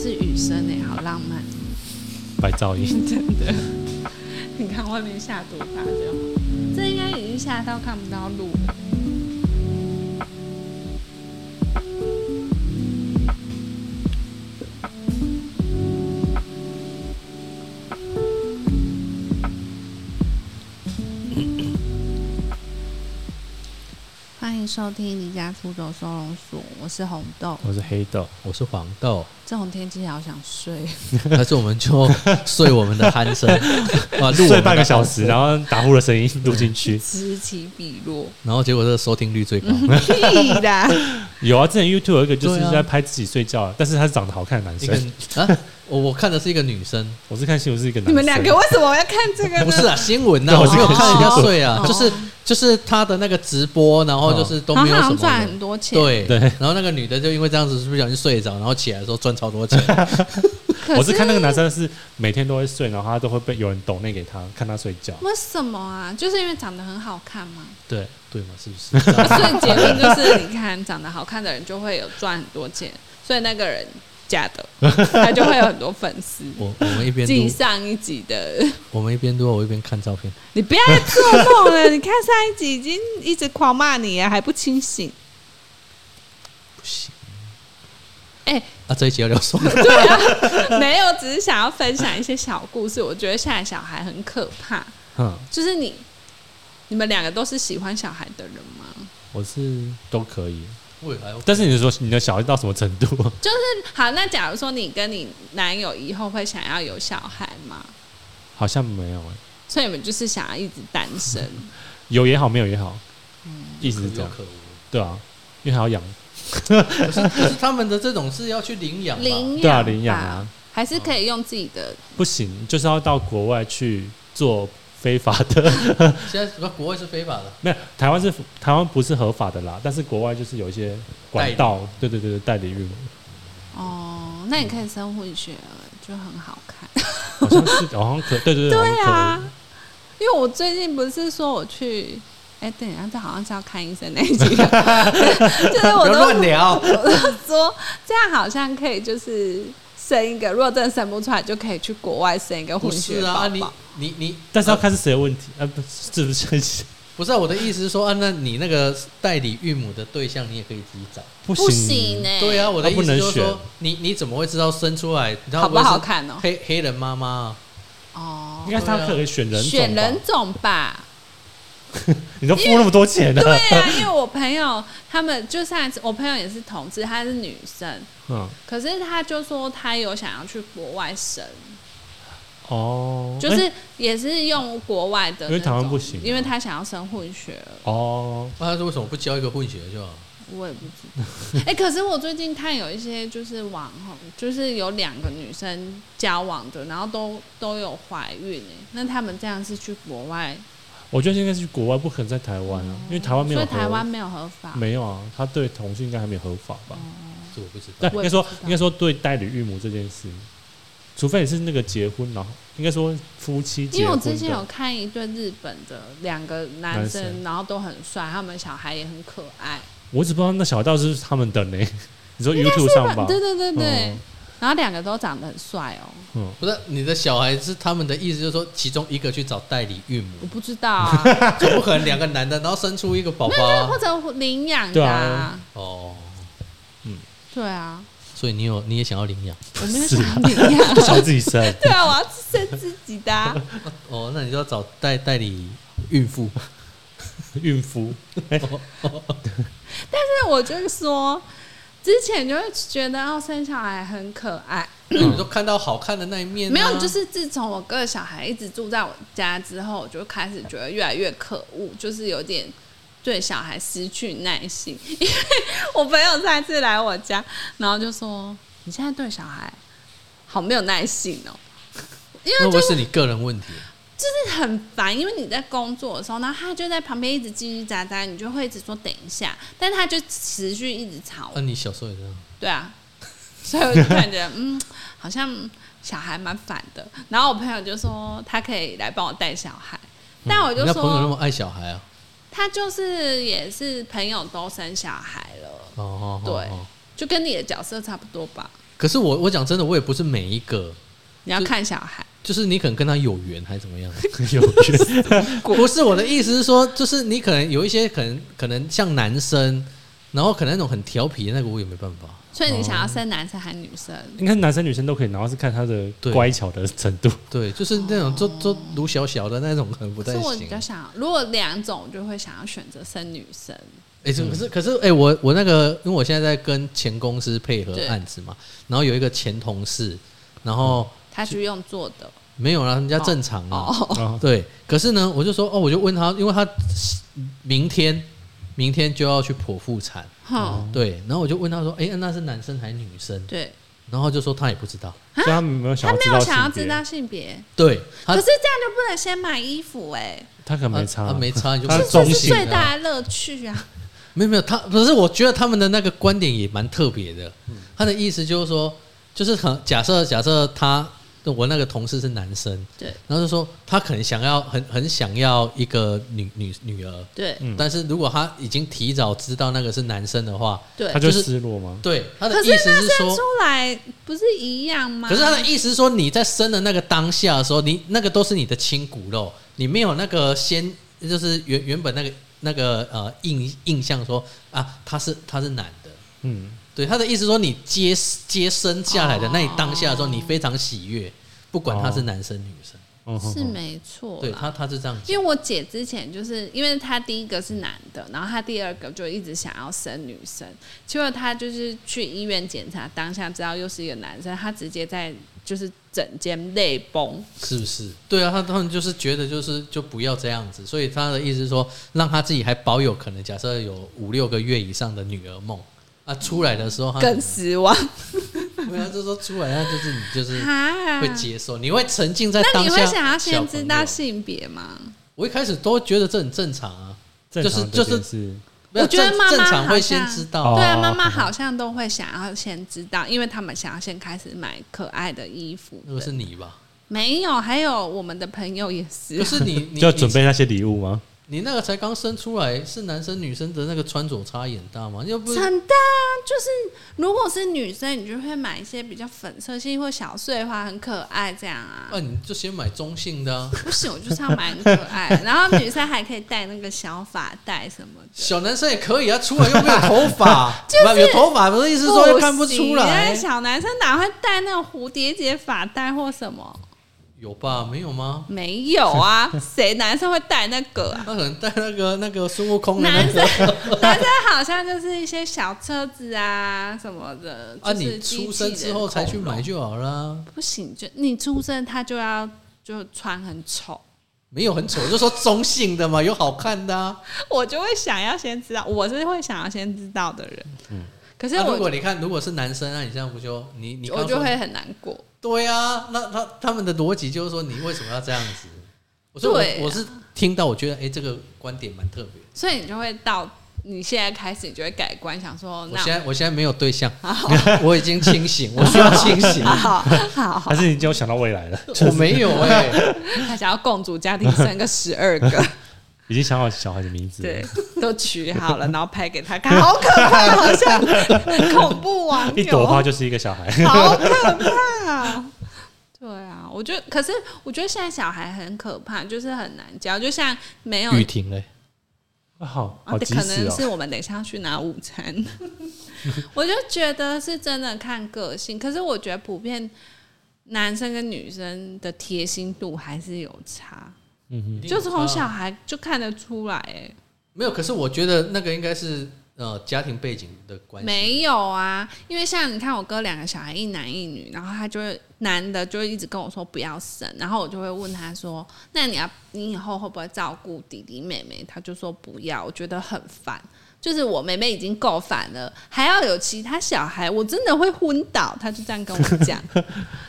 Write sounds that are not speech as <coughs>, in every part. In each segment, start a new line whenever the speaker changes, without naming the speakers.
是雨声哎，好浪漫，
白噪音。
真的。你看外面下多大就好，这应该已经下到看不到路 <laughs> 了。欢迎收听离家出走收容所，我是红豆。
我是黑豆，
我是黄豆，
这种天气好想睡。 <laughs>
但是我们就睡我们的
<laughs>
鼾声，啊，录我
睡
们
半个
的
小时，然后打呼的声音录进
<laughs>
去。
此起彼落，
然后结果这个收听率最高，
嗯
屁啦！
有啊，之前 YouTube 有一个就是
对啊
在拍自己睡觉，但是他是长得好看的男
<laughs> 一个
生。
啊，我我看的是一个
<laughs>
女生，
我是看新闻是一个男生。
你们两个为什么要看这个呢？
不是啊，新闻
对
呐，
我
我
是
没有
看
看人家
新闻
睡啊
哦，
就是就是她的那个直播，然后就是都
他
没有
好
什
像
么
赚
人。
很多钱，，
对
哦对
然后那个女的就因为这样子不小心睡着，然后起来的时候赚超多
<laughs>
钱，
可
我是看那个男生是每天都会睡，然后他都会被有人抖内给他看他睡觉。
为什么啊？就是因为长得很好看嘛，
对对嘛，是不是？
<laughs>
所以结论就是，你看长得好看的人就会有赚很多钱，所以那个人假
<laughs>
的，他就会有很多粉丝。
我我们一边
记
录，
上一集的，
我们一边录，我一边看照片。
你不要再做梦
<laughs>
了。你看上一集已经一直狂骂你了，还不清醒。
不行，
哎
啊，这一集要聊
<laughs>
什么？
啊没有，只是想要分享一些小故事。我觉得现在小孩很可怕，
哼，
就是你，你们两个都是喜欢小孩的人吗？
我是都可以，
未来我
但是你说你的小孩到什么程度？
就是好，那假如说你跟你男友以后会想要有小孩吗？
好像没有、欸，
所以你们就是想要一直单身，
有也好，没有也好，
嗯
意思
可
是
有
这样。
可无。
对啊，因为还要养，
可 <laughs> 是可是他们的这种是要去领养吧，
领养
对啊，
吧
领养啊，，
还是可以用自己的。
不行，就是要到国外去做非法的。
现在国外是非法的，
没有，台湾是台湾不是合法的啦，但是国外就是有一些管道，对对对对，代理孕母，
哦，那你可以生混血儿，就很好看。
好像是哦好像可，对对对，
对
好像
啊
可以。，
因为我最近不是说我去，哎、等一下，这好像是要看医生那一集 <laughs> 的，就是
不
我
要
都
乱 <laughs> 聊。
说这样好像可以，就是生一个，如果真的生不出来，就可以去国外生一个
不
混血
是
宝
啊，
宝。
啊你你你，
但是要
啊
看是谁的问题啊，不是是不是
不是啊我的意思是说啊，那你那个代理孕母的对象，你也可以自己找。
不
不行欸呢、
对啊，我的
啊
意
不能
思就是
选
说，你你怎么会知道生出来你知道
好
会
不
是
好看哦、
黑黑人妈妈啊，
哦
应，该是他可以选人种吧
选人，种吧。
你都付那么多钱了
对，啊，因为我朋友他们就上一次，我朋友也是同志，她是女生，
嗯，
可是她就说她有想要去国外生，
哦，
就
哎
是也是用国外的那种，
因为台湾不行啊
因为她想要生混血儿。
哦，
那他为什么不交一个混血就好？
我也不知道。哎、可是我最近看有一些就是网红，就是有两个女生交往的，然后都都有怀孕哎、那他们这样是去国外，哦
我觉得应该是去国外，不可能在台湾啊，因为台湾没有
嗯所
合，
以台湾没有合法。
没有啊，他对同性应该还没有合法吧？
这我不知
对，
道。
嗯我也
应该说
不知道
应该说对代理孕母这件事，除非你是那个结婚，然后应该说夫妻结
因为我
婚
之前有
的，
看一对日本的两个男生，
男生
然后都很帅，他们小孩也很可爱，
我只不知道那小道是不是他们的呢。 <laughs> 你说 YouTube 上吧，
对对对对， <laughs>
嗯
然后两个都长得很帅哦，
嗯，
不是你的小孩是他们的意思，就是说其中一个去找代理孕 <laughs>
我
母，
不知道
<laughs>
啊，
总不可能两个男的然后生出一个宝宝
或
啊
者领养
对
的、
啊
<laughs> 哦。
对啊，
所以你有你也想要领养
我没有
是
想
啊
领养，
<laughs> 不想自己生，
<laughs> 对啊，我要生自己的、啊。
哦？那你就要找代代理孕 <coughs> 妇。
孕妇，哎，
但 <laughs> 我就是说，之前就会觉得哦，生小孩很可爱。
嗯你们都看到好看的那一面、啊，
没有，就是自从我哥的小孩一直住在我家之后，我就开始觉得越来越可恶，就是有点对小孩失去耐心。 <laughs> 因为我朋友上一次来我家，然后就说：“你现在对小孩好没有耐心哦。”因为
那会不
就
会是你个人问题？啊
就是很烦，因为你在工作的时候，然后他就在旁边一直叽叽喳喳，你就会一直说等一下，但他就持续一直吵
啊那、你小时候也这样？
对啊， <laughs> 所以我就突然觉得，嗯，好像小孩蛮烦的。然后我朋友就说他可以来帮我带小孩，但我就
嗯你那朋友那
说
么爱小孩啊？
他就是也是朋友都生小孩了，
哦，哦
对，就跟你的角色差不多吧。
可是我我讲真的，我也不是每一个，
你要看小孩，
就是你可能跟他有缘还是怎么 <laughs> 样。
有缘，
<laughs> 不是我的意思是说，就是你可能有一些可能可能像男生，然后可能那种很调皮的那个我也没办法。
所以你想要生男生还是女生？
哦
应该男生女生都可以，然后是看他的
对
乖巧的程度。
对，就是那种就就卢小小的那种，可能不
可
太
是我
行啊
比。较想，如果两种，我就会想要选择生女生。
哎、
嗯
这可是可是哎、我我那个，因为我现在在跟前公司配合
对
案子嘛，然后有一个前同事，然后
他去用做的
没有啦，人家正常啊，
哦，
啊，
对。可是呢，我就说哦，我就问他，因为他明天明天就要去剖腹产，
哼，
对，然后我就问他说，哎、那是男生还是女生？
哦对，
然后就说他也不知道，
所以他们没有想
他
要
没
知
有
道
想要
性别
知道性别，
对，他
可是这样就不能先买衣服哎，
他可能没差，
他哦啊他没差你就
他
不
是
知道
中
这是
性
最
性啊
大的乐趣啊！
没有没有，他可是我觉得他们的那个观点也蛮特别的。他的意思就是说，就是很假设假设他我那个同事是男生，
对
然后就说他可能想要很很想要一个女女女儿，
对
嗯
但是如果他已经提早知道那个是男生的话，
对呃
他，就
就是
失落吗？
对他的
可
意思
那
是
生
说
出，来不是一样吗？
可是他的意思是说你在生的那个当下的时候，你那个都是你的亲骨肉，你没有那个先就是原原本那个那个呃印印象说啊他是他是男的。
嗯，
对他的意思说，你接接生下来的那一当下的时候，你非常喜悦，不管他是男生女生，
嗯哼
是
哼
没错
对
啦，
他他是这样讲，
因为我姐之前就是因为她第一个是男的，然后她第二个就一直想要生女生，结果她就是去医院检查，当下知道又是一个男生，她直接在就是整间泪崩。
是不是？对啊，他他们就是觉得就是就不要这样子，所以他的意思是说，让他自己还保有可能，假设有五六个月以上的女儿梦啊，出来的时候他
更失望
啊没有，就是说出来他就是你就是
哈
会接受，你会沉浸在
那
当
你
下。
会想要先
小
知
朋
道
友
性别吗？
我一开始都觉得这很正常啊，
正
就是
常
就
这
是
件事，
没有
我觉得
正
妈妈
正常
好
会先
像
知道
哦
啊，
对啊，妈妈好像都会想要先知道，因为他们想要先开始买可爱的衣服。
那个是你吧？
没有，还有我们的朋友也
可
是，
是你你
就要
你
准备那些礼物吗？
你那个才刚生出来，是男生女生的那个穿着差异很大吗？要不是
很大啊。就是如果是女生，你就会买一些比较粉色系或小碎花，很可爱这样啊。
那你就先买中性
<laughs>
的、啊，
不行，我就是要买很可
<laughs>
爱。然后女生还可以戴那个小发带什么的。
小男生也可以啊，出来又没有头发，
<laughs> 就是
不有头发，不是意思说又看
不
不
行
出
因为
来，
小男生哪会戴那种蝴蝶结发带或什么？
有吧？没有吗？
没有啊，谁男生会戴那个啊？
他可能戴那个那个孙悟空的那
男
个
生， <laughs> 男生好像就是一些小车子啊什么的。
啊，
就是
你
机器
出生之后才去买就好啦，
不行，就你出生他就要就穿很丑，
没有很丑，就说中性的嘛，有好看的啊。
我就会想要先知道，我是会想要先知道的人。可是
那
我、
嗯啊如果你看，如果是男生，那你这样不就你你刚
我就
说
会很难过。
对啊，那他他们的逻辑就是说，你为什么要这样子？我说我、
对啊
我是听到，我觉得哎、这个观点蛮特别。
所以你就会到你现在开始，你就会改观，想说
我
哦那
现在我现在没有
<laughs>
对象，我已经清醒，我需要清醒，
好 <laughs> 好好
还，是你已经有想到未来了？ <laughs>
我没有哎、
他想要共组家庭，生个十二个，
已经想好小孩的名字了，
对，都取好了，然后拍给他看，好可怕，好像恐怖
<laughs>
网
一朵
友
花就是一个小孩。 <laughs>
好可怕、啊。对啊，我觉得，可是我觉得现在小孩很可怕，就是很难教。就像没有，
雨婷嘞，
啊好
啊
好及
可
时
能
哦
是，我们等一下要去拿午餐。 <laughs> 我就觉得是真的看个性，可是我觉得普遍男生跟女生的贴心度还是有差，
嗯
就从小孩就看得出来、欸。
啊没有，可是我觉得那个应该是呃家庭背景的关系，
没有啊，因为像你看我哥两个小孩，一男一女，然后他就会男的就会一直跟我说不要生，然后我就会问他说，那你要你以后会不会照顾弟弟妹妹？他就说不要，我觉得很烦，就是我妹妹已经够烦了，还要有其他小孩，我真的会昏倒。他就这样跟我
<laughs>
讲，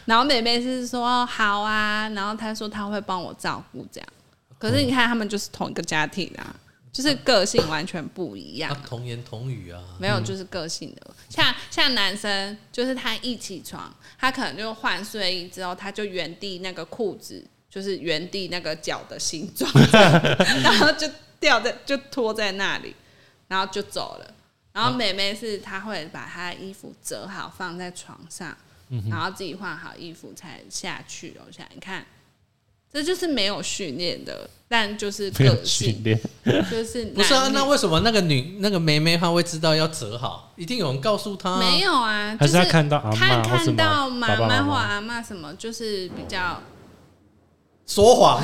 然后妹妹是说哦好啊，然后他说他会帮我照顾这样，可是你看他们就是同一个家庭啊，就是个性完全不一样
啊。童言童语啊，
没
嗯
有，就是个性的。像像男生，就是他一起床，他可能就换睡衣之后，他就原地那个裤子，就是原地那个脚的形
<laughs>
状，然后就掉在就拖在那里，然后就走了。然后妹妹是她会把她的衣服折好放在床上，
嗯哼
然后自己换好衣服才下去楼下。你看，这就是没有训练的，但就是
没
个
有训
性，
练，
就是
不是啊？
男女
那为什么那个女那个妹妹她会知道要折好？一定有人告诉她、啊。
没有啊，就
还
是
他看到阿
看
嬷或是
看
妈
到
爸
妈
爸妈
或
妈，
阿妈什么，就是比较
说谎，。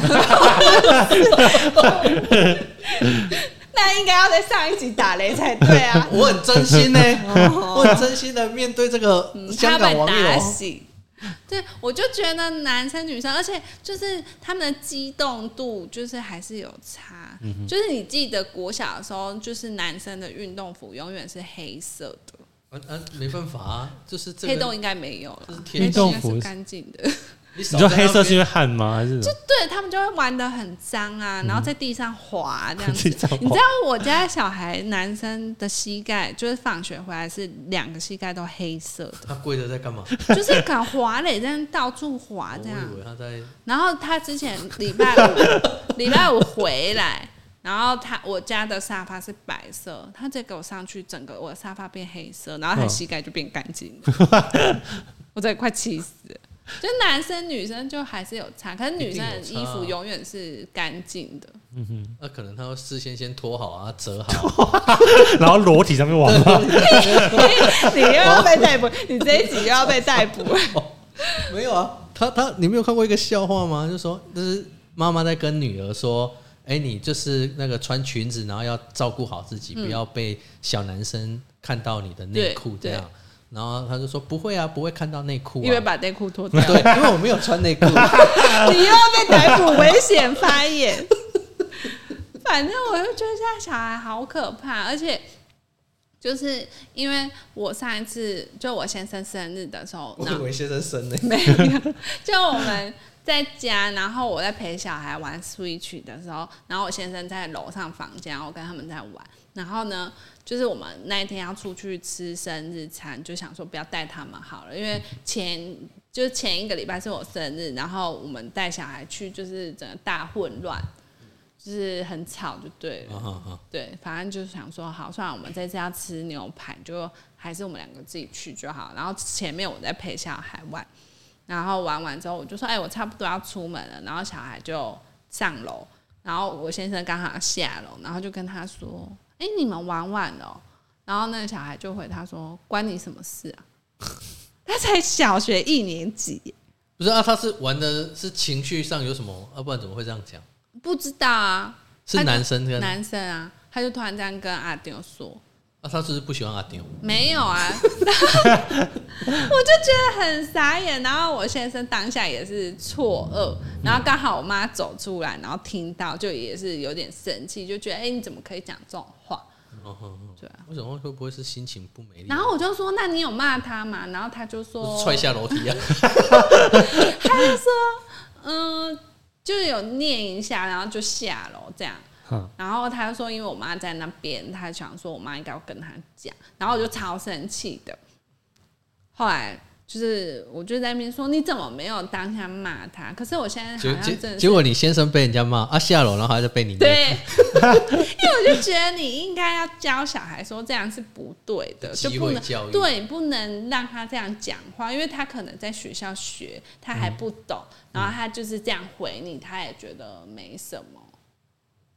那应该要在上一集打雷才对啊
<laughs>
我很真心呢、
<laughs> 哦
我很真心的面对这个
嗯
香
他
港
被
网
啊
打
友。
醒。对，我就觉得男生女生，而且就是他们的激动度，就是还是有差。
嗯
就是你记得国小的时候，就是男生的运动服永远是黑色的，
嗯嗯，没办法啊，就是这
黑
个
洞应该没有
这是
了，
天
黑洞
运动
应
服
该是
是
干净的。
你
你
少
说
在
黑
那
色
边
是因为汗吗？还是什么
对他们就会玩的很脏啊，然后在地上滑这样子。
嗯 <laughs> 地上滑
你知道我家小孩男生的膝盖，就是放学回来是两个膝盖都黑色
他跪着在干嘛？
的，就是敢滑垒这样到处滑
我
啊这样。
以为他在
然后他之前礼拜五礼拜五回来，然后他我家的沙发是白色，他直接给我上去，整个我的沙发变黑色，然后他
嗯
膝盖就变干净了，我真的快气死了。就男生女生就还是有差，可是女生的
一定有
衣
差啊
服永远是干净的，
那呃可能他会事先先脱好啊，折好。
然后裸体上面玩吗？
你又要被逮捕，你这一集又要被逮捕。
<laughs> 没有啊，他他你没有看过一个笑话吗？就说就是妈妈在跟女儿说，哎、你就是那个穿裙子，然后要照顾好自己，
嗯
不要被小男生看到你的内裤这
对
样。然后他就说不会啊，不会看到内裤啊。
因为把内裤脱掉，
<laughs> 对，因为我没有穿内
<laughs>
裤。
你又要被逮捕，危险发言。反正我就觉得现在小孩好可怕，而且就是因为我上一次就我先生生日的时候，
哦我
然
以
后
为先生生呢、
没有，就我们在家，然后我在陪小孩玩 Switch 的时候，然后我先生在楼上房间，然后我跟他们在玩。然后呢，就是我们那一天要出去吃生日餐，就想说不要带他们好了，因为前就是前一个礼拜是我生日，然后我们带小孩去，就是整个大混乱，就是很吵就对了。
<laughs> 啊哈哈，
对，反正就是想说，好，算了，我们这次要吃牛排，就还是我们两个自己去就好。然后前面我在陪小孩玩，然后玩完之后我就说，哎、我差不多要出门了。然后小孩就上楼，然后我先生刚好要下楼，然后就跟他说，哎、你们玩完了哦、然后那个小孩就回他说，关你什么事啊？ <laughs> 他才小学一年级，
不是啊，他是玩的是情绪上有什么，啊要、不然怎么会这样讲？
不知道啊，
是
他就
男生跟
男生啊，他就突然这样跟阿丢说。
啊，他是不是不喜欢阿丢？
没有啊，我就觉得很傻眼。然后我先生当下也是错愕，然后刚好我妈走出来，然后听到就也是有点生气，就觉得哎、你怎么可以讲这种话？
哦哦哦
对啊。哦
为什么会不会是心情不美丽？
然后我就说那你有骂他吗？然后他就
就
说
是踹嗯下
<laughs>
楼梯啊，
他就说嗯，就有念一下，然后就下楼这样。
哈
然后他就说，因为我妈在那边，他想说我妈应该要跟他讲，然后我就超生气的。后来就是我就在那边说，你怎么没有当下骂他？可是我现在
结
好像真
结
的
结
是
果你先生被人家骂啊，下楼然后还在被你骂
对，
<laughs>
因为我就觉得你应该要教小孩说这样是不对的，就
机
不
会
能
教育
对，不能让他这样讲话，因为他可能在学校学，他还不懂，
嗯
然后他就是这样回你，他也觉得没什么。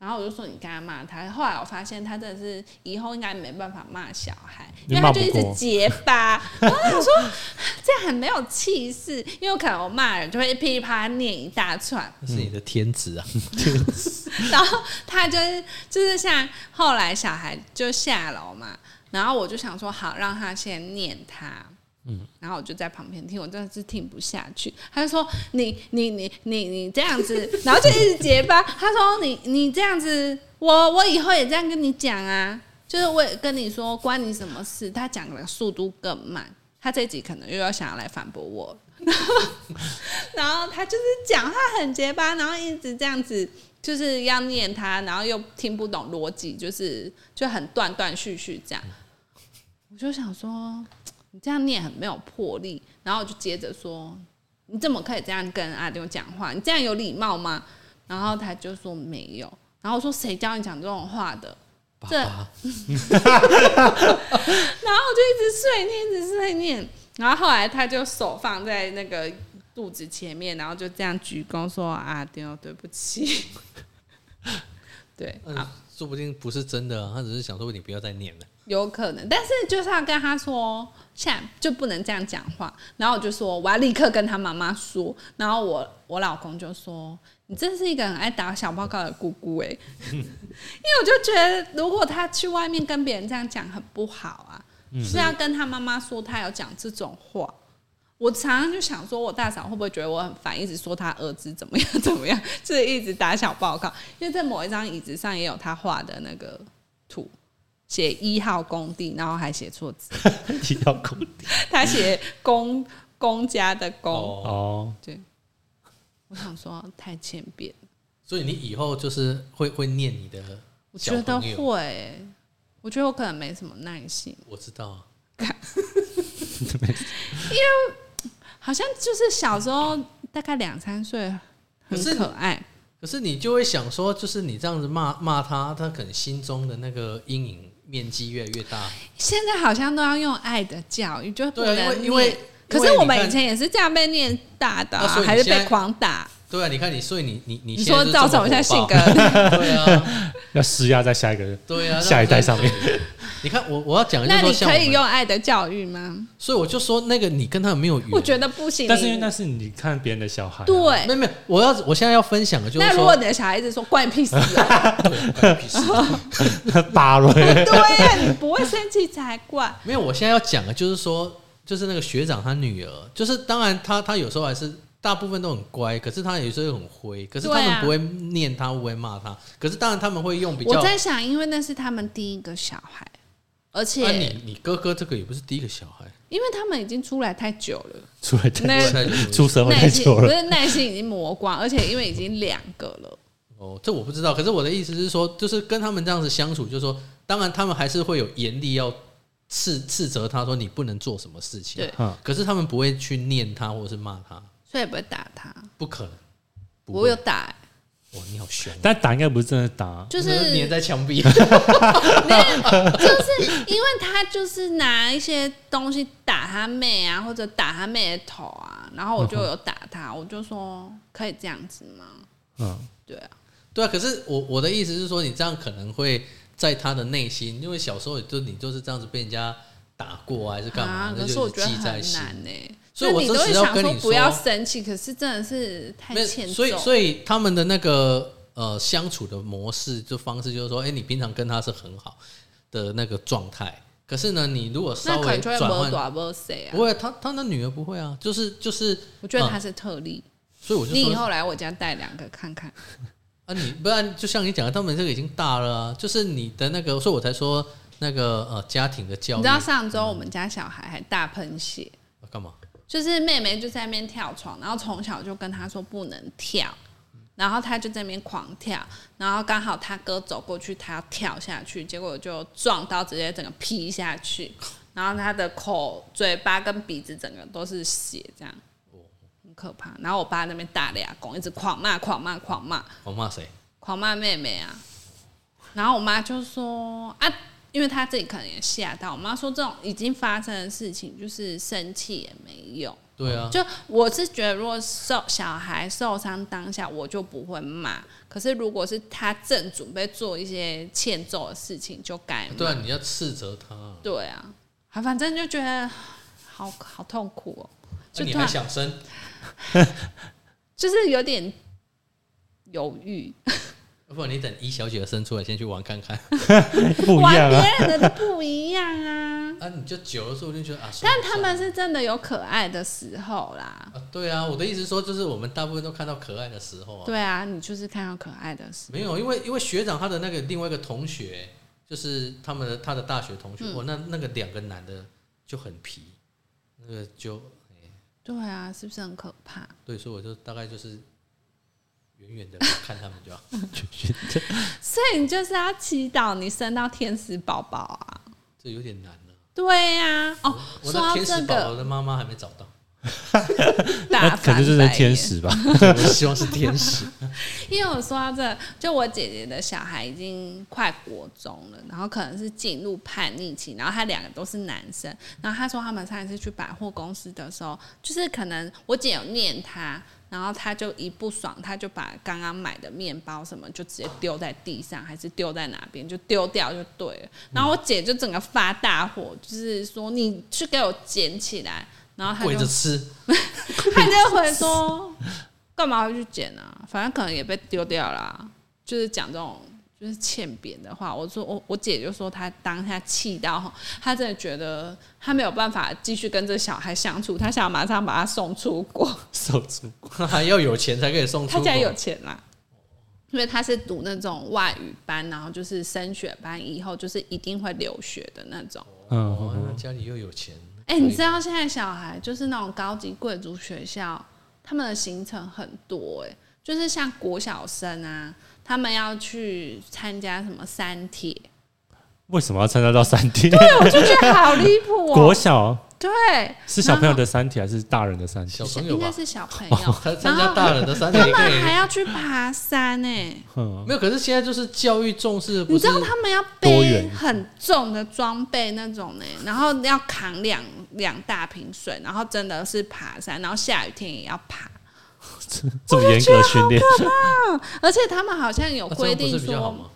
然后我就说你刚刚骂他，后来我发现他真的是以后应该没办法骂小孩，因
你
为他
骂不
就一直
过
结巴。 <laughs> 然后我想说这样很没有气势，因为可能我骂人就会噼里啪啦念一大串，
那是你的天职啊，
<laughs> 然后他就是就是像后来小孩就下楼嘛，然后我就想说好让他先念他。嗯，然后我就在旁边听，我真的是听不下去。他就说：“你你你你你这样子， <laughs> 然后就一直结巴。”他说你：“你这样子，我我以后也这样跟你讲啊，就是我也跟你说关你什么事。”他讲的速度更慢，他这集可能又要想要来反驳我 <laughs> 了。然后他就是讲话很结巴，然后一直这样子，就是要念他，然后又听不懂逻辑，就是就很断断续续这样。我就想说，你这样念很没有魄力。然后我就接着说，你怎么可以这样跟阿丢讲话？你这样有礼貌吗？然后他就说没有。然后我说谁教你讲这种话的？
爸
这 <laughs>
爸，
然后我就一直碎念，一直碎念。然后后来他就手放在那个肚子前面，然后就这样鞠躬说：“啊，丢，对不起。 <laughs> 对”
嗯
啊，，
说不定不是真的啊，他只是想说你不要再念了。
有可能，但是就是要跟他说，现在就不能这样讲话。然后我就说我要立刻跟他妈妈说，然后我我老公就说：“你真是一个很爱打小报告的姑姑哎、欸 <laughs> 因为我就觉得如果他去外面跟别人这样讲很不好啊，是要跟他妈妈说他有讲这种话。我常常就想说，我大嫂会不会觉得我很烦，一直说他儿子怎么样怎么样，就是一直打小报告。因为在某一张椅子上也有他画的那个图，写一号工地，然后还写错字，
提到工地
他写公公家的公，
哦，
哦，
对。我想说太欠扁，
所以你以后就是会会念你的
我
小
觉得
朋友，
会欸、我觉得我可能没什么耐心。
我知道啊，
好像就是小时候大概两三岁，很
可是你
可爱。
可是你就会想说，就是你这样子骂骂他，他可能心中的那个阴影面积越来越大。
现在好像都要用爱的教育，就不
对
能
啊，因为
念
因为
可
因
是
为
我
你
们
看
以前也是这样被念大的啊、
那所以你
还是
现
被
在
狂打。
对啊，你看你，所以你你你
你
现在
说
就
造
这么
成我现在性
火
格
爆， <laughs> 对啊
要施压在下一个人。
对啊，
下一代上面
那就是。你看我我要讲的
那
就是
你
说像
可
我
以
们，
用爱的教育吗？
所以我就说那个你跟他没有缘。
我觉得不行。
但是因为那是你看别人的小孩、啊，
对
没，有没有，我要我现在要分享的就是
那如
说
果，你的小孩子说关你屁事
<laughs>
啊，
关你屁事
<laughs> 八轮
对呀、你不会生气才怪。
没有，我现在要讲的就是说，就是那个学长他女儿，就是当然他他有时候还是大部分都很乖，可是他有时候很灰，可是他
对
们
啊
不会念他，不会骂他，可是当然他们会用比较。
我在想，因为那是他们第一个小孩，而且、
那啊你你哥哥这个也不是第一个小孩，
因为他们已经出来太久了，
出来太
那
太久
出社会
耐
太
心
久
不
了，
是耐心已经磨光，而且因为已经两个了，
哦，这我不知道。可是我的意思是说，就是跟他们这样子相处，就是说，当然他们还是会有严厉要斥斥责他说你不能做什么事情
对，
嗯，
可是他们不会去念他或者是骂他，
所以不会打他。
不可能。不
我
会
有打、欸
哇，你好凶，哦
但打应该不是真的打，
就是
你粘在墙壁。
就是因为他就是拿一些东西打他妹啊，或者打他妹的头啊，然后我就有打他，我就说可以这样子吗？
嗯，
对啊，
<laughs> 对啊，可是我我的意思是说，你这样可能会在他的内心，因为小时候就你就是这样子被人家打过啊还是干嘛，
啊，
那
可是
就
我
一直
觉得
记
很
在心。
难呢、
所以我
就你
这
都
次
会
要
想
跟
说
你
不要
说
生气，可是真的是太
没有
欠揍。
所以所以他们的那个呃相处的模式就方式就是说，哎、你平常跟他是很好的那个状态，可是呢，你如果
那
稍
可
微
能就会
转
摸
换，
打摸谁啊
不？会，他他那女儿不会啊，就是就是，
我觉得
嗯
他是特例。
所以我就
你以
说
后来我家带两个看看。
啊，你不然就像你讲的，他们这个已经大了啊、就是你的那个，所以我才说那个呃家庭的教
你
育
知道上周我们家小孩还大喷血，
啊干嘛？
就是妹妹就在那边跳床，然后从小就跟她说不能跳，然后她就在那边狂跳，然后刚好她哥走过去，她要跳下去，结果就撞到，直接整个劈下去，然后她的口、嘴巴跟鼻子整个都是血，这样很可怕。然后我爸那边大俩公，一直狂骂、狂骂、狂骂、
我骂谁？
狂骂妹妹啊，然后我妈就说啊。因为她自己可能也吓到，我妈说这种已经发生的事情，就是生气也没用。
对啊，
就我是觉得，如果受小孩受伤当下，我就不会骂。可是如果是他正准备做一些欠揍的事情，就该骂。
对啊，你要斥责他啊，
对啊，啊，反正就觉得好好痛苦哦、
那
就
你
突
还
然
想生？
就是有点犹豫，
要不然你等一小姐生出来，先去玩看看。
不一样啊，
玩别人的都不一样
<laughs>
啊。
啊，你就久了之后就觉得啊，算
但
了
他
算了
们是真的有可爱的时候啦。
啊，对啊，我的意思是说，就是我们大部分都看到可爱的时候啊，
对啊，你就是看到可爱的时候，
没有，因为因为学长他的那个另外一个同学，就是他们的他的大学同
嗯
学，我、那那个两个男的就很皮，那个就
对啊，是不是很可怕？
对，所以我就大概就是远远的看他们
<laughs>
就好。
所以你就是要祈祷你生到天使宝宝啊。
这有点难了。
对呀、哦，说
我的
到
天
这
使宝宝
个，
的妈妈还没找到，
大
那可
翻
能就是
白
天
眼 <laughs>
使吧。嗯
我希望是天使。
因为我说到这，就我姐姐的小孩已经快国中了，然后可能是进入叛逆期，然后他两个都是男生，然后他说他们上一次去百货公司的时候，就是可能我姐有念他，然后他就一不爽，他就把刚刚买的面包什么就直接丢在地上，还是丢在哪边就丢掉就对
嗯
了。然后我姐就整个发大火，就是说你去给我捡起来，然 <laughs> 后他
跪
就
着吃， <laughs>
他就会说：“干嘛会去捡啊？反正可能也被丢掉啦、就是讲这种就是欠扁的话，我说我我姐就说她当下气到，她真的觉得她没有办法继续跟这小孩相处，她想马上把他送出国。
手足
还要有钱才可以送出
她
国。
家有钱啦，因为她是读那种外语班，然后就是升学班，以后就是一定会留学的那种。
嗯
哦，那
嗯，
家里又有钱。
哎、你知道现在小孩就是那种高级贵族学校，他们的行程很多哎、就是像国小生啊，他们要去参加什么三铁，
为什么要参加到三天？
我就觉得好离 <laughs> 谱
国
哦。
小
对，
是小朋友的三体还是大人的三体
小？朋
然后
友
应该
吧，哦
是小
<laughs>
朋友，
他参
然
加
后
大人的三
他
年可
们还
以。
要去爬山哎、
嗯，
没有，可是现在就是教育重视，不
你
是
知道他们要
多
背
元
很重的装备那种呢、欸然后要扛两两大瓶水，然后真的是爬山，然后下雨天也要爬。
这么严格训练，
而且他们好像有
啊那这
规
样不
定
是比较好
说，
吗？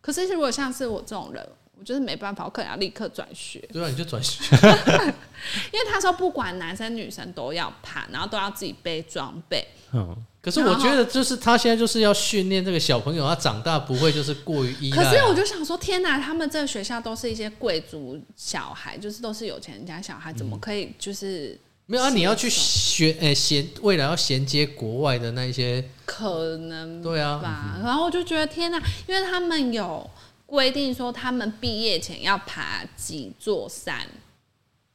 可是如果像是我这种人，我就是没办法，我可能要立刻转学，
对啊，你就转学。
<laughs> 因为他说不管男生女生都要爬，然后都要自己背装备。
嗯，
可是我觉得，就是他现在就是要训练这个小朋友，他长大不会就是过于依赖
可
啊。
是我就想说，天哪，他们这个学校都是一些贵族小孩，就是都是有钱人家小孩，怎么可以就是
没有啊，你要去学，诶、衔未来要衔接国外的那一些，
可能
对啊，
吧？然后我就觉得天哪，因为他们有规定说他们毕业前要爬几座山，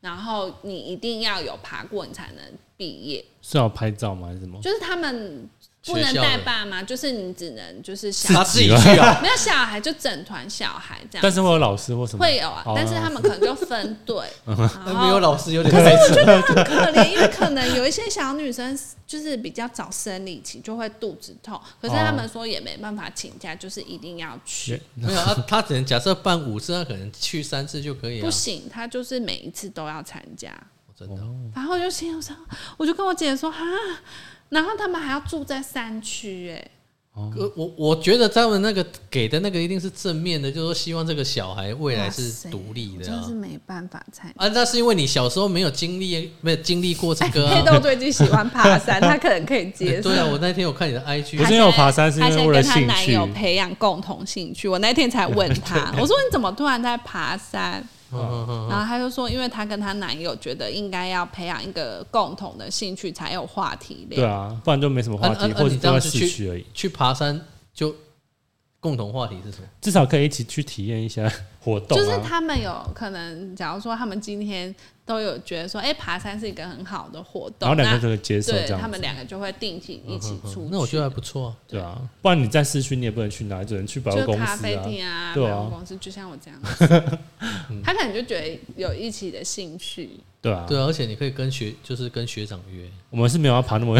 然后你一定要有爬过你才能毕业。
是要拍照吗？还是什么？
就是他们不
学
能
校
带
的
爸妈，就是你只能就是小
他自己去啊，
没有小孩就整团小孩这样，
<laughs> 但是会有老师或什么？
会有啊，但是他们可能就分
<laughs>
队，然
那哦哎没有
后
老师 <laughs> 有点太扯。
很可怜，因为可能有一些小女生就是比较早生理期就会肚子痛，可是他们说也没办法请假，就是一定要去
也，
没有啊，他只能假设办五次，他可能去三次就可以
不
啊。
行，她就是每一次都要参加。
真的，
然后我就心想，我就跟我姐说哈，然后他们还要住在山区，哎，
呃我我觉得他们那个给的那个一定是正面的，就是说希望这个小孩未来
哇
是
塞
独立
我
的
真
啊
是。没办法参
啊，那是因为你小时候没有经历，没有经历过这
哎，
个
黑
啊。
豆最近喜欢爬
<laughs>
山，他可能可以接受。
对啊，我那天有看你的 IG，
不是因为我爬山是因为为了兴趣
他现在跟他男友培养共同兴趣。我那天才问
<laughs>
他，我说你怎么突然在爬山？
嗯嗯嗯
然后他就说，因为她跟她男友觉得应该要培养一个共同的兴趣，才有话题
对
聊。
啊，不然就没什么话
啊啊
嗯
题，
啊
或者
你这
都在
样子
市区而已
去。去爬山就共同话题是什么？
至少可以一起去体验
<laughs>
一下活动
就是
啊。
他们有可能，假如说他们今天都有觉得说，哎、爬山是一个很好的活
然后
动，
两个
那
人就可以接受这
对
样
他
子
们两个就会定期一起出去。
那我觉得还不错啊。
对啊，不然你在市区你也不能去哪，只能去百货
就
公
咖
司
啡
啊。
店啊，百
对啊
货公司，就像我这样， <laughs> 他可能就觉得有一起的兴趣，
对啊，
对啊，而且你可以跟学，就是跟学长
<laughs>
约。
我们是没有要爬那么， <laughs>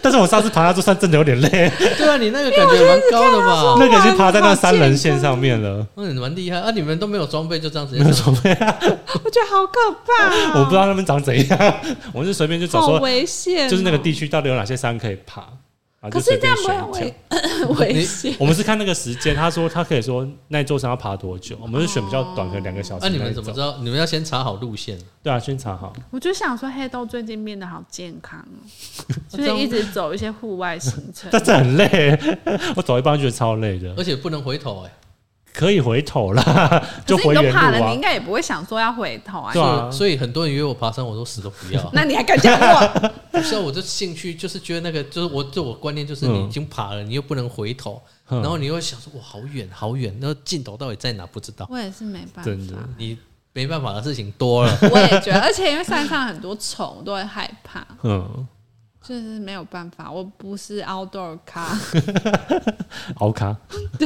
但是我上次爬那座山真的有点累，
对啊，你那个感觉蛮高的吧？
那个已经爬在那三人线上面了。
那你蛮厉害啊！你们都没有装备，就这样直接
没有
上。
准备啊，
我觉得好可怕、啊
<laughs> 我不知道他们长怎样， <laughs> 我是随便就找
好
说，
危险、哦
就是那个，地区到底有哪些山可以爬，然后
可
就是随
这
便
样
选
不
一
会
条
很危 <laughs> 很危险。
我们是看那个时间，他说他可以说那座山要爬多久，我们是选比较短，可能两个小时。
那、啊你们怎么知？道？你们要先查好路线。
对啊，先查好。
我就想说，黑豆最近变得好健康
<laughs>
哦，所
这样
以一直走一些户外行程。
但这很累， <laughs> 我走一半觉得超累的，
而且不能回头哎、
可以回头啦，就
可是
回
你都
原
怕了，
路
你
啊
应。该也不会想说要回头啊。
对。啊
所以所以很多人约我爬山，我都死都不要
那你还敢讲
<laughs>
我？
不是啊，我就兴趣就是觉得那个，就是我对我观念就是你已经爬了，你又不能回头，
嗯
然后你又想说哇好远好远，那尽头到底在哪不知道。
我也是没办
真的
法，，
你没办法的事情多了
<laughs>
我也觉得，而且因为山上很多虫，我都会害怕，
嗯，
就是没有办法。我不是 outdoor 咖，
熬卡， <laughs>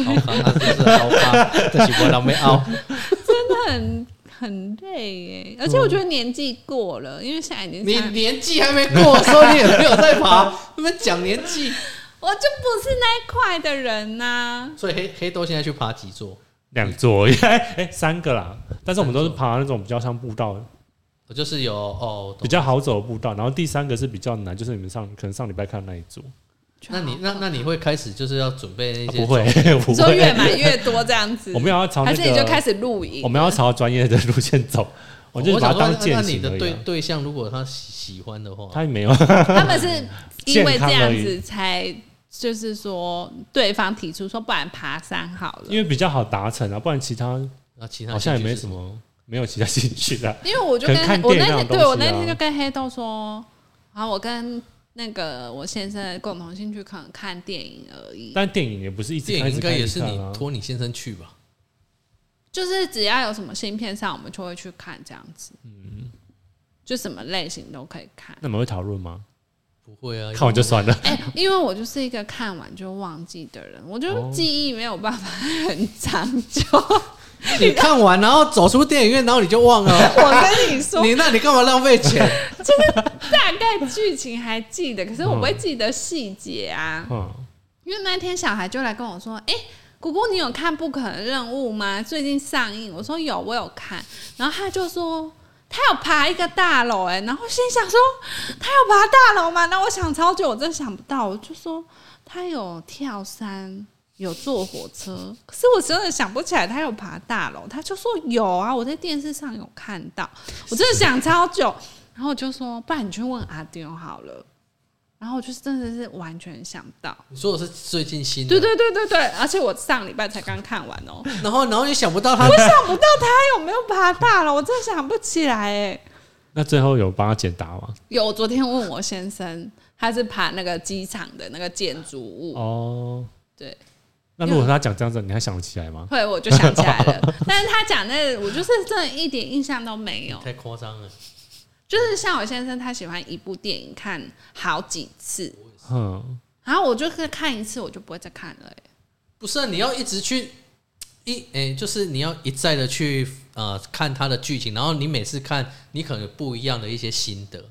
好爬，那就是好爬，但是我倒没熬。
真的很很累耶，而且我觉得年纪过了，因为现在已经
你
三
年纪还没过的时候，你也没有在爬，那边讲年
<laughs>
纪，
我就不是那一块的人呐、
所以黑黑豆现在去爬几座？
两座，哎、 <laughs> 哎三个啦。但是我们都是爬那种比较像步道，
我就是有哦，
比
比
较好走的步道。然后第三个是比较难，就是你们上可能上礼拜看的那一座，
就
那你那
好
那你会开始就是要准
啊、
备那些、
不会，，我 <laughs> 不
你说
会，
越买越多这样子，
我们要朝那
还
个，
是你就开始露营？
我们要朝专业的路线走，我
哦我
就是把它
想说
当
那
践行
你
而
的
已
对
啊、
对象，如果他喜喜欢的话，
他也没有， <laughs>
他们是因为这
健康
样
而
子
已
才，就是说对方提出说，不然爬山好了。
因为比较好达成啊，不然其他
那其他
好像也
兴趣
没
是
什么，没有其他兴趣的、
因为我就
可
跟
能看
我
电
那
影那
天
种东
对我
西
那
啊
天就跟黑豆说，啊，我跟那个我先生的共同兴趣可能看电影而已，
但电影也不是一直
电
看
影
一直
应该
看
也
一直
是
看
你
啊
托你先生去吧？
就是只要有什么新片上，我们就会去看这样子。嗯，就什么类型都可以看。
那你们会讨论吗？
不会啊，
看完就算了。
<laughs> 哎、因为我就是一个看完就忘记的人，我就
哦
记忆没有办法很长久。
<laughs> 你看完然后走出电影院，然后你就忘了。
<laughs> 我跟你 <laughs> 说，
你那你干嘛浪费钱？
<laughs> 大概剧情还记得，可是我不会记得细节啊。
嗯，
因为那天小孩就来跟我说：“哎、姑姑，你有看《不可能任务》吗？最近上映。”我说：“有，我有看。”然后他就说。他有爬一个大楼哎、然后心想说他有爬大楼吗？那我想超久，我真想不到，我就说他有跳山，有坐火车，可是我真的想不起来他有爬大楼。他就说有啊，我在电视上有看到，我真的想超久，然后我就说不然你去问阿丢好了，然后我就是真的是完全想不到，
你说我是最近新的，
对对对对对，而且我上礼拜才刚看完哦、
然后然后你想不到他
我想不到啊他有没有爬大了，我真的想不起来哎、
那最后有帮他解答吗？
有，我昨天问我先生，他是爬那个机场的那个建筑物，
哦，
对，
那如果他讲这样子，你还想得起来吗？
后来我就想起来 <laughs> 了。但是他讲那个，我就是真的一点印象都没有。
太夸张了。
就是像我先生，他喜欢一部电影看好几次，
嗯，
然后我就是看一次，我就不会再看了、欸。
不是、啊、你要一直去一诶、就是你要一再的去呃看它的剧情，然后你每次看，你可能有不一样的一些心得。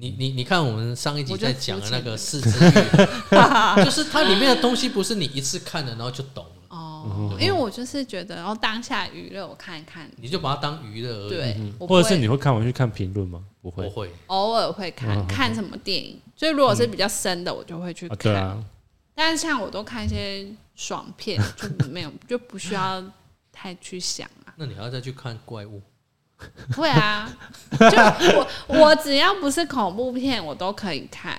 你你你看，我们上一集
我就
在讲的那个
肤
四字
<laughs>
语，就是它里面的东西不是你一次看了然后就懂了，
哦，因为我就是觉得，哦，当下娱乐我看一看，
你就把它当娱乐而已。
对，我不
或者是
会
你会看完去看评论吗？不会
不会，
偶尔会看看什么电影，所以如果是比较深的，我就会去
啊，
看。
对啊，
但是像我都看一些爽片，就没有 <laughs> 就不需要太去想
<laughs>
啊。
那你还要再去看怪物。
会啊，就我我只要不是恐怖片，我都可以看。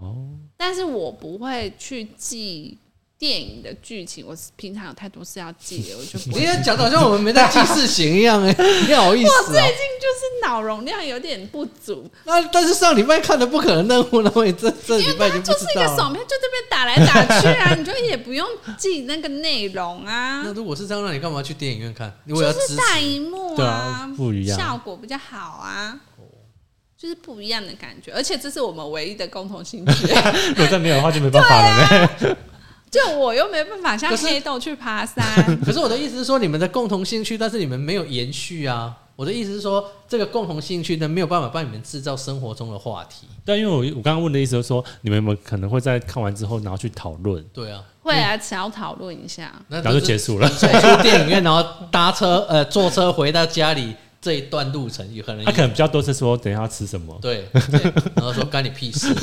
哦，
但是我不会去记电影的剧情，我平常有太多事要记的，我就不
你
会。
也讲的好像我们没在记事情一 <laughs> 样哎、你好意
我
思
最
啊、
近就是脑容量有点不足，
那但是上礼拜看的不可能任务，然后你这这礼
因
拜
为
已
它
经不
就是
知
一
道
个
了。
爽片，就这边打来打去啊，你就也不用记那个内容啊
那。如果是这样，那你干嘛去电影院看？如果要
就
支持
是大荧幕
对啊不一样
效果比较好啊，
哦
就是不一样的感觉。而且这是我们唯一的共同兴
<laughs>
趣，
如果再没有的话就没办法了呗。
就我又没办法像
可是
黑豆去爬山，
<laughs> 可是我的意思是说，你们的共同兴趣，但是你们没有延续啊。我的意思是说，这个共同兴趣呢，没有办法帮你们制造生活中的话题。
但因为我我刚刚问的意思就是说，你们有没有可能会在看完之后，然后去讨论，
对啊，
会啊，想要讨论一下。
那
然后就结
束。
束了？
走出电影院，然后搭车， <laughs> 呃，坐车回到家里这一段路程，啊有可能
他可能比较多是说等一下要吃什么，
对对，然后说干你屁事。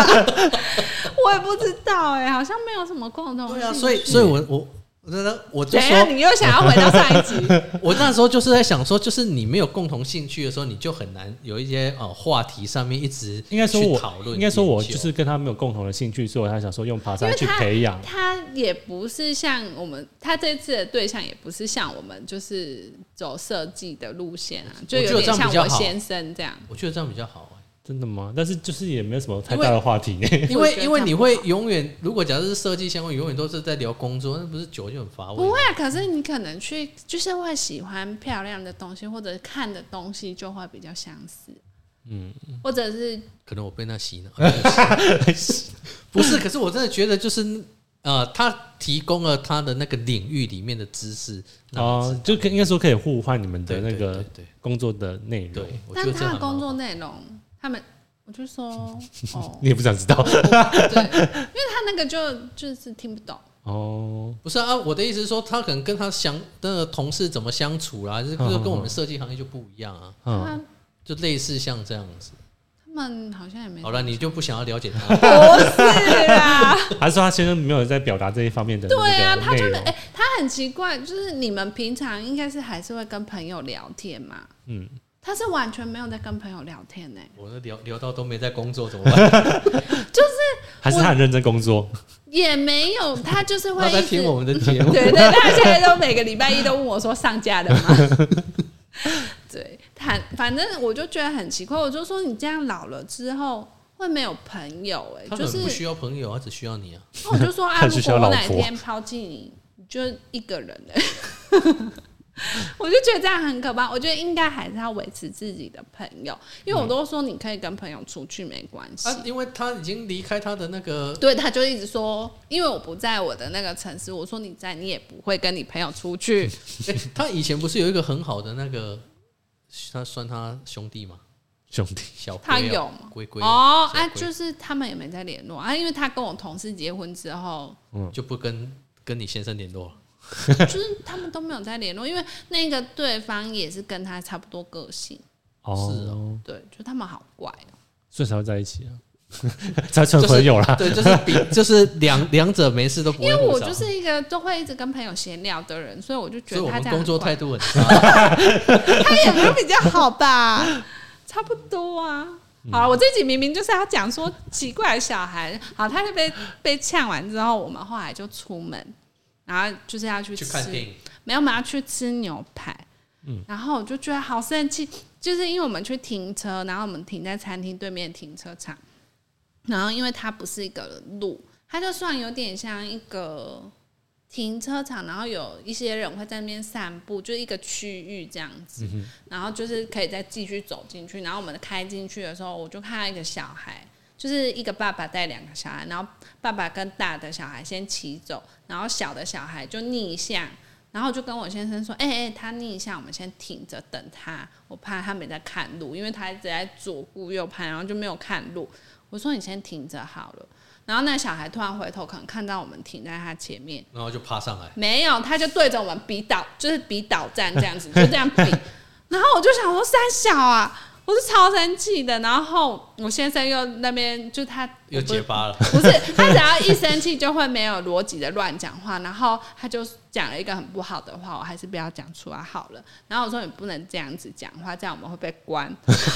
我也不知道哎、好像没有什么共同兴
对
趣。
啊，所以所以我我我真的我就
哦等一下
说，
你又想要回到上一集， <laughs>
我那时候就是在想说，就是你没有共同兴趣的时候，你就很难有一些呃话题上面一直
应该说
去
我
讨论，
应该说我
研究
就是跟他没有共同的兴趣，所以我才想说用爬
因
山
为
去
他
培养。
他也不是像我们，他这次的对象也不是像我们，就是走设计的路线啊，就
我觉
有
得这
点
样
像
比较
我
好
先生这样。
我觉得这样比较好、
真的吗？但是就是也没有什么太
因为
大的话题呢。
欸，因
我觉
为
得
因
这
为
样
你会永远，如果假设是设计相关，永远都是在聊工作，那不是久就很乏味
不
吗。
会啊，可是你可能去就是会喜欢漂亮的东西，或者看的东西就会比较相似，嗯，或者是
可能我被那洗脑，不是，可是我真的觉得就是。呃，他提供了他的那个领域里面的知识，那我知
哦，就可以应该说可以互换你们的
对
那
对
个
对对
工作的内容
对，，我觉
但
得这
他的
很
工
好
作内容，他们我就
<laughs>
说哦，
你也不想知 <laughs> 道
对，因为他那个就就是听不懂，
哦。
不是啊，我的意思是说，他可能跟他相那个同事怎么相处啦，这
嗯
个
嗯
跟我们
嗯
设计行业就不一样啊，
嗯，
他
就类似像这样子。
他们好像也没
好了，你就不想要了解
不
他，
是
<laughs>
啦，
还是说他先生没有在表达这一方面的
对啊，
那
他
个
就
内
是
容
哎、他很奇怪，就是你们平常应该是还是会跟朋友聊天嘛，
嗯，
他是完全没有在跟朋友聊天呢、
我那聊聊到都没在工作怎么
<laughs>
办？
还是他很认真工作，
也没有，他就是会
他在
一直
听我们的 <laughs> 节目，
对对，他现在都每个礼拜一都问我说上架了吗？对，反反正我就觉得很奇怪，我就说你这样老了之后会没有朋友哎、
他
就
很
是
不需要朋友，他只需要你啊。
那我就说啊，
他
如
只需
果
要
我
老
哪
婆
天抛弃你，你就一个人哎、 <laughs> 我就觉得这样很可怕，我觉得应该还是要维持自己的朋友，因为我都说你可以跟朋友出去没关系，
啊，因为他已经离开他的那个， <laughs>
对，他就一直说，因为我不在我的那个城市，我说你在，你也不会跟你朋友出去。
诶他以前不是有一个很好的那个，他算他兄弟吗？
兄弟，
小龟啊
他有吗
龟龟
哦，
小
啊，
龟
就是他们也没再联络啊，因为他跟我同事结婚之
<laughs>
后，
就不跟跟你先生联络了。
<laughs> 就是他们都没有再联络，因为那个对方也是跟他差不多个性，
是
哦，
对，就他们好怪哦、
所以才会在一起啊， <laughs> 才成朋友啦。
对，就是比就是两两者没事都不
因
会
为
互
我
找
就，是一个都会一直跟朋友闲聊的人，所以我就觉
所以
得
我
他
们
这样
工作
很怪
态
<laughs>
度很差。
他也没有比较好吧，
<laughs>
差不多啊。
嗯
好了，我这集明明就是要讲说奇怪的小孩，好，他就被被呛完之后，我们后来就出门，然后就是要去
去
吃
看电影，
没有，我们要去吃牛排。然后我就觉得好生气，就是因为我们去停车，然后我们停在餐厅对面的停车场，然后因为它不是一个路，它就算有点像一个停车场，然后有一些人会在那边散步，就一个区域这样子，然后就是可以再继续走进去。然后我们开进去的时候，我就看到一个小孩，就是一个爸爸带两个小孩，然后爸爸跟大的小孩先骑走，然后小的小孩就逆向。然后就跟我先生说：“哎、哎、他逆向，我们先停着等他，我怕他没在看路，因为他一直在左顾右盼，然后就没有看路。我说你先停着好了。”然后那小孩突然回头，可能看到我们停在他前面，
然后就爬上来。
没有，他就对着我们比倒，就是比倒站这样子，就这样比。然后我就想说三小啊，我是超生气的。然后我先生又那边就他
又结巴了，
<laughs> 不是，他只要一生气就会没有逻辑的乱讲话，然后他就讲了一个很不好的话，我还是不要讲出来好了。然后我说你不能这样子讲话，这样我们会被关。 <laughs>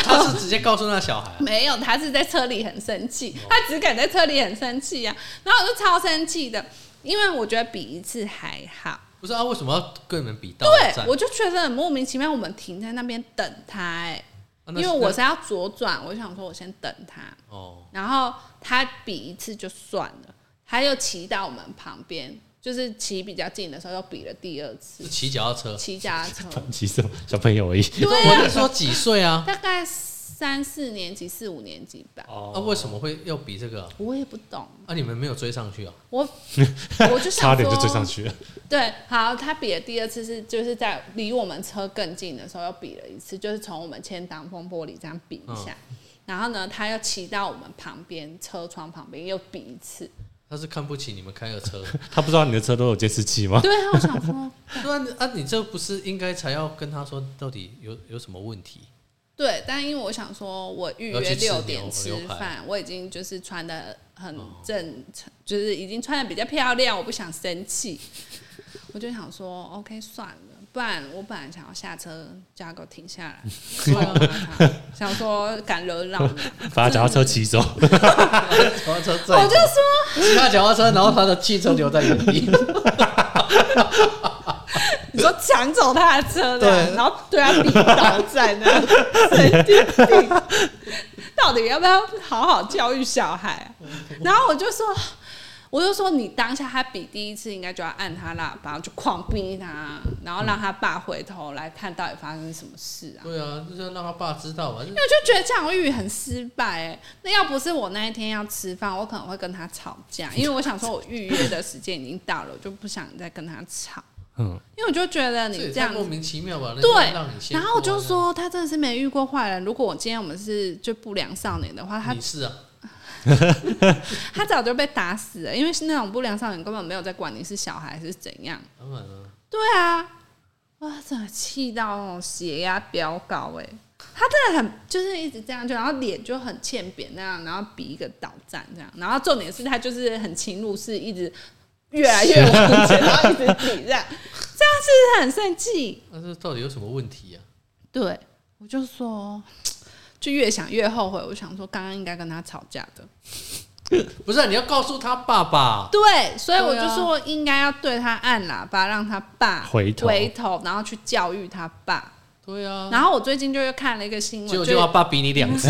他是直接告诉那小孩啊，
没有，他是在车里很生气，他只敢在车里很生气啊呀、然后我就超生气的，因为我觉得比一次还好。
不是啊？为什么要跟你们比道
对，
站？
我就觉得很莫名其妙，我们停在那边等他、哎，
啊那
因为我
那
是要左转，我就想说我先等他。
哦，
然后他比一次就算了，他又骑到我们旁边，就是骑比较近的时候又比了第二次
是，骑脚踏车。
骑脚踏
<laughs>
车。
其实小朋友而已。
对
我
啊，
是说几岁啊？
大概三四年级、四五年级吧，
啊，为什么会要比这个啊？
我也不懂。
啊，你们没有追上去啊？
我我就想
<laughs> 差点就追
说
上去了。
对，好，他比的第二次是就是在离我们车更近的时候又比了一次，就是从我们前挡风玻璃这样比一下，然后呢，他又骑到我们旁边车窗旁边又比一次，
他是看不起你们开的车， <laughs>
他不知道你的车都有监视器
<laughs>
吗？
对啊，我想说，
对啊，啊，你这不是应该才要跟他说到底有有什么问题？
对，但因为我想说，我预
要
约
去吃
六
牛
点吃
牛排哦
饭，我已经就是穿的很正，就是已经穿的比较漂亮，我不想生气，我就想说 OK 算了，不然我本来想要下车叫他给我停下来，然后我想说敢惹老娘，
把他脚踏车骑走，
脚踏车
我就
在
说
骑他脚踏车，然后他的汽车留在原 <laughs> 地。
你说抢走他的车的，
对
然后对他比倒在那，
<laughs>
神经病！
嗯
到底要不要好好教育小孩啊、然后我就说，我就说你当下他比第一次应该就要按他喇叭，就狂逼他，然后让他爸回头来看到底发生什么事啊。
对啊，就是要让他爸知道嘛。
因为我就觉得这样我语很失败哎、那要不是我那一天要吃饭，我可能会跟他吵
<laughs>
架，因为我想说我预约的时间已经到了，我就不想再跟他吵，
<laughs> 嗯，
因为我就觉得
这
你
也
这
太
样
莫名其妙吧？人
对
家让你先
然后我就
过啊，
说，他真的是没遇过坏人。如果我今天我们是就不良少年的话，他
你是啊，
他早就被打死了，因为是那种不良少年根本没有在管你是小孩还是怎样。
当然了、
对啊，哇，真的气到那种血压飙高哎、他真的很就是一直这样，就然后脸就很欠扁那样，然后比一个倒站这样，然后重点是他就是很情路是一直越来越往前，然后一直比这样，这样是不是很生气？
那这到底有什么问题啊？
对，我就说，就越想越后悔。我想说，刚刚应该跟他吵架的。
不是、啊，你要告诉他爸爸，
对，所以我就
对啊
说，应该要对他按喇叭，让他爸
回头
回头，然后去教育他爸。
对啊，
然后我最近就又看了一个新闻，
结果
就嗯
就他爸比你两次，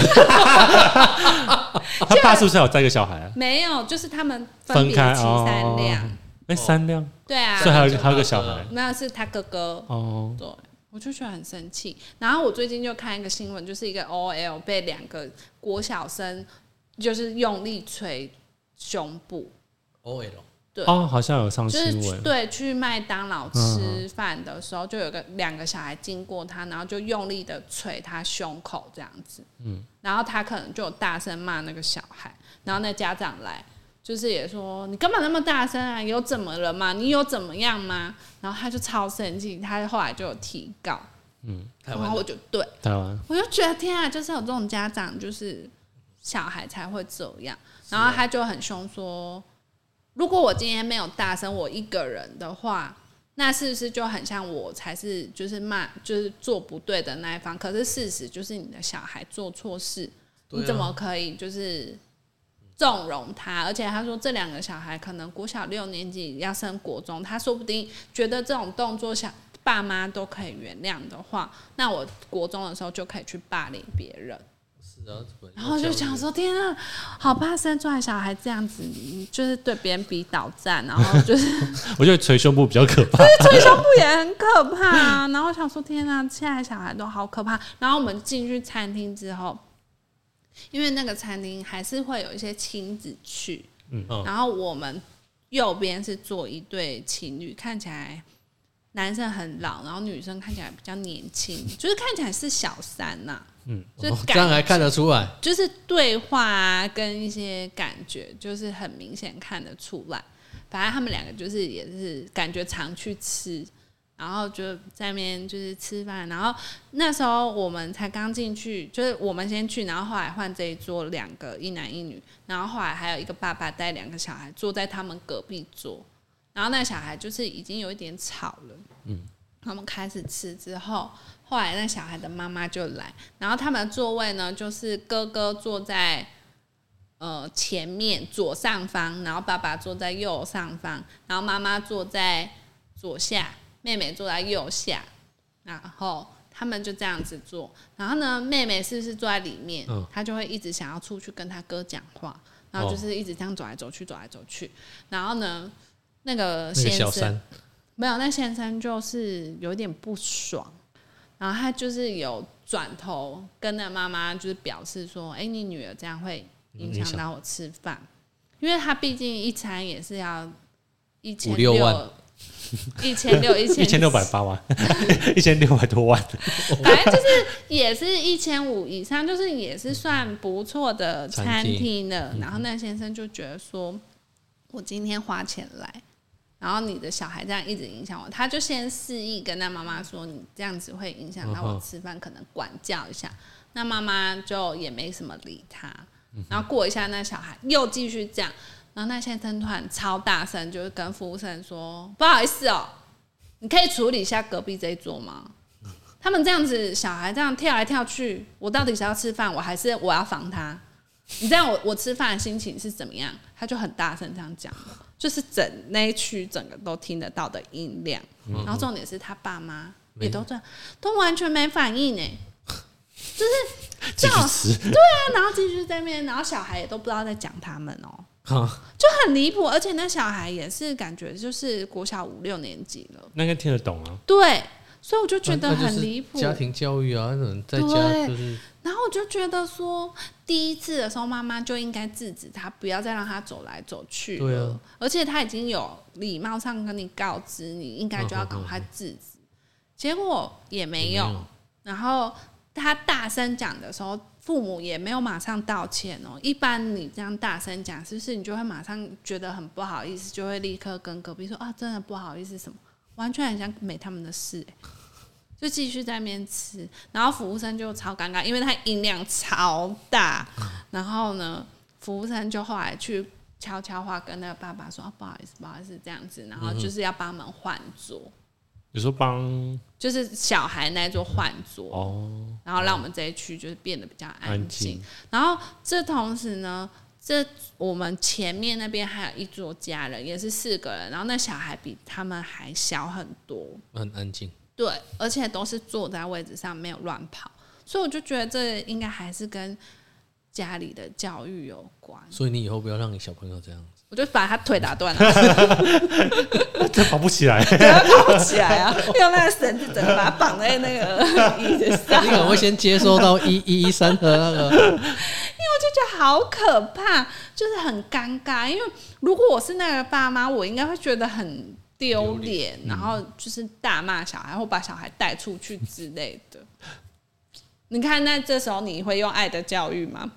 他爸是不是还有带一个小孩啊？
没有，就是他们
分
别
开
七
哦
三辆，
哎，三辆，
对啊
所以，还有一个
啊
还有一个小孩
没有是他哥哥，
哦，
对，我就觉得很生气。然后我最近就看一个新闻，就是一个 OL 被两个国小生就是用力捶胸部，
O L，
对
哦，好像有上
就是
新
去
闻，
对去麦当
嗯
劳吃饭的时候，就有个两个小孩经过他，然后就用力的捶他胸口这样子，嗯，然后他可能就有大声骂那个小孩，然后那家长来。就是也说你干嘛那么大声啊？有怎么了吗？你有怎么样吗？然后他就超生气，他后来就有提告，
台
然
湾
后我
的
就对
台湾
我就觉得天啊，就是有这种家长，就是小孩才会这样。
啊
然后他就很凶说，如果我今天没有大声，我一个人的话，那是不是就很像我才是就是骂就是做不对的那一方？可是事实就是你的小孩做错事，
对
你
啊
怎么可以就是纵容他？而且他说这两个小孩可能国小六年级要升国中，他说不定觉得这种动作小爸妈都可以原谅的话，那我国中的时候就可以去霸凌别人。
是啊，怎么
然后就想说，天啊，好怕生出来小孩这样子，嗯就是对别人比倒站，然
<laughs>
后就是
我觉得捶胸部比较可怕，
捶胸部也很可怕啊。然后我想说，天啊，现在小孩都好可怕。然后我们进去餐厅之后，因为那个餐厅还是会有一些亲子去，
嗯
然后我们右边是坐一对情侣，看起来男生很老，然后女生看起来比较年轻，就是看起来是小三呐、
嗯
就
哦这
感
样还看得出来，
就是对话啊，跟一些感觉，就是很明显看得出来。反正他们两个就是也是感觉常去吃，然后就在那边就是吃饭。然后那时候我们才刚进去，就是我们先去，然后后来换这一桌两个一男一女，然后后来还有一个爸爸带两个小孩坐在他们隔壁桌，然后那小孩就是已经有一点吵了，嗯，我们开始吃之后，后来那小孩的妈妈就来，然后他们的座位呢，就是哥哥坐在呃前面左上方，然后爸爸坐在右上方，然后妈妈坐在左下，妹妹坐在右下，然后他们就这样子坐。然后呢，妹妹是不是坐在里面？
嗯哦
她就会一直想要出去跟她哥讲话，然后就是一直这样走来走去，走来走去。然后呢，那个
那个
先
小
生
三
没有，那先生就是有点不爽，然后他就是有转头跟那妈妈就是表示说：“哎、你女儿这样会影
影
响
响
到我吃饭，因为他毕竟一餐也是要一千
五六万，
一千
<laughs>
六一千
一千六百八万， <laughs> 一千六百多万，
反正就是也是一千五以上，就是也是算不错的餐厅了。然后那先生就觉得说，我今天花钱来，然后你的小孩这样一直影响我，他就先示意跟他妈妈说，你这样子会影响到
嗯
我
哼
吃饭，可能管教一下。那妈妈就也没什么理他，然后过一下那小孩又继续这样，然后那先生突然超大声，就是跟服务生说：“不好意思哦、你可以处理一下隔壁这一桌吗？” <laughs> 他们这样子，小孩这样跳来跳去，我到底是要吃饭，我还是我要防他？你这样我我吃饭的心情是怎么样？他就很大声这样讲，就是整那一区整个都听得到的音量。
嗯
然后重点是他爸妈也都这样，都完全没反应欸呢。
继续吃，
啊然后继续在那边，然后小孩也都不知道在讲他们哦、
哈，
就很离谱。而且那小孩也是感觉就是国小五六年级了，
那应该听得懂啊。
对，所以我就觉
那
得
那就是
很离谱。
家庭教育啊，那种在家
对
就是
然后我就觉得说，第一次的时候妈妈就应该制止他，不要再让他走来走去
对
了。
啊
而且他已经有礼貌上跟你告知，你应该就要赶快制止。结果也没有。
也没有
然后他大声讲的时候，父母也没有马上道歉哦。一般你这样大声讲，是不是你就会马上觉得很不好意思，就会立刻跟隔壁说啊，真的不好意思什么？完全很像没他们的事、欸就继续在那边吃，然后服务生就超尴尬，因为他音量超大。然后呢，服务生就后来去悄悄话跟那个爸爸说、啊不好意思，不好意思，这样子，然后就是要帮忙换桌，
你说帮
就是小孩那一桌换桌，
哦，
然后让我们这一区就是变得比较安
安
静
静。
然后这同时呢，这我们前面那边还有一桌家人，也是四个人，然后那小孩比他们还小很多，
很安静。
对，而且都是坐在位置上，没有乱跑，所以我就觉得这应该还是跟家里的教育有关。
所以你以后不要让你小朋友这样子。
我就把他腿打断了，
他跑不起来，
<laughs>
然后跑起来啊，用那个绳子整个把他绑在那个椅子
<laughs>
上，
你可能会先接
<laughs>
收到一一一三的那个，
就觉得好可怕，就是很尴尬。因为如果我是那个爸妈，我应该会觉得很丢
丢
脸，然后就是大骂小孩或把小孩带出去之类的。你看，那这时候你会用爱的教育吗？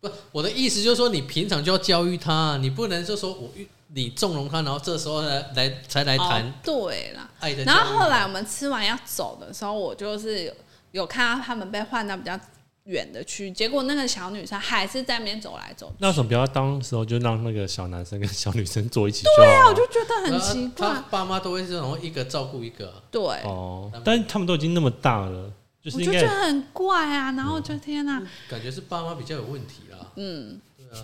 不，我的意思就是说，你平常就要教育他，你不能就说我遇你纵容他，然后这时候来来才来
哦
谈、
对啦，
爱的教育。
然后后来我们吃完要走的时候，我就是有有看到他们被换到比较远的区，结果那个小女生还是在那边走来走去。
那为什么不要当时候就让那个小男生跟小女生坐一起就
对啊，
好
我
了？
就觉得很
他
奇
他
怪。
爸妈都会这种一个照顾一个啊、
对，
哦，但是他们都已经那么大了，就是
我
应
就觉得
该嗯
很怪啊。然后我就天哪、
感觉是爸妈比较有问题啦。
嗯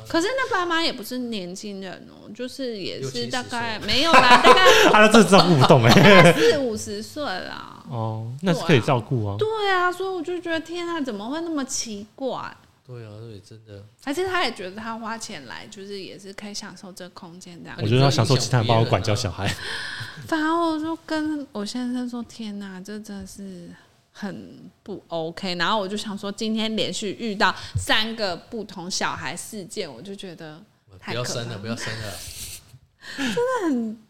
可是那爸妈也不是年轻人哦，就是也
六七
是
十
大概没有
<laughs>
啦，大概
他的这照顾不动哎、
<laughs> 大概四五十岁啦。
哦，那是可以照顾啊。
对啊，所以我就觉得天啊，怎么会那么奇怪？
对啊，所以真的，
还是他也觉得他花钱来，就是也是可以享受这个空间这样
对
我觉得要享受其他人帮我管教小孩，
反而我就跟我先生说：“天哪，这真的是很不 OK。”然后我就想说，今天连续遇到三个不同小孩事件，我就觉得
呃不
太
要
可怕
生了，不要生了。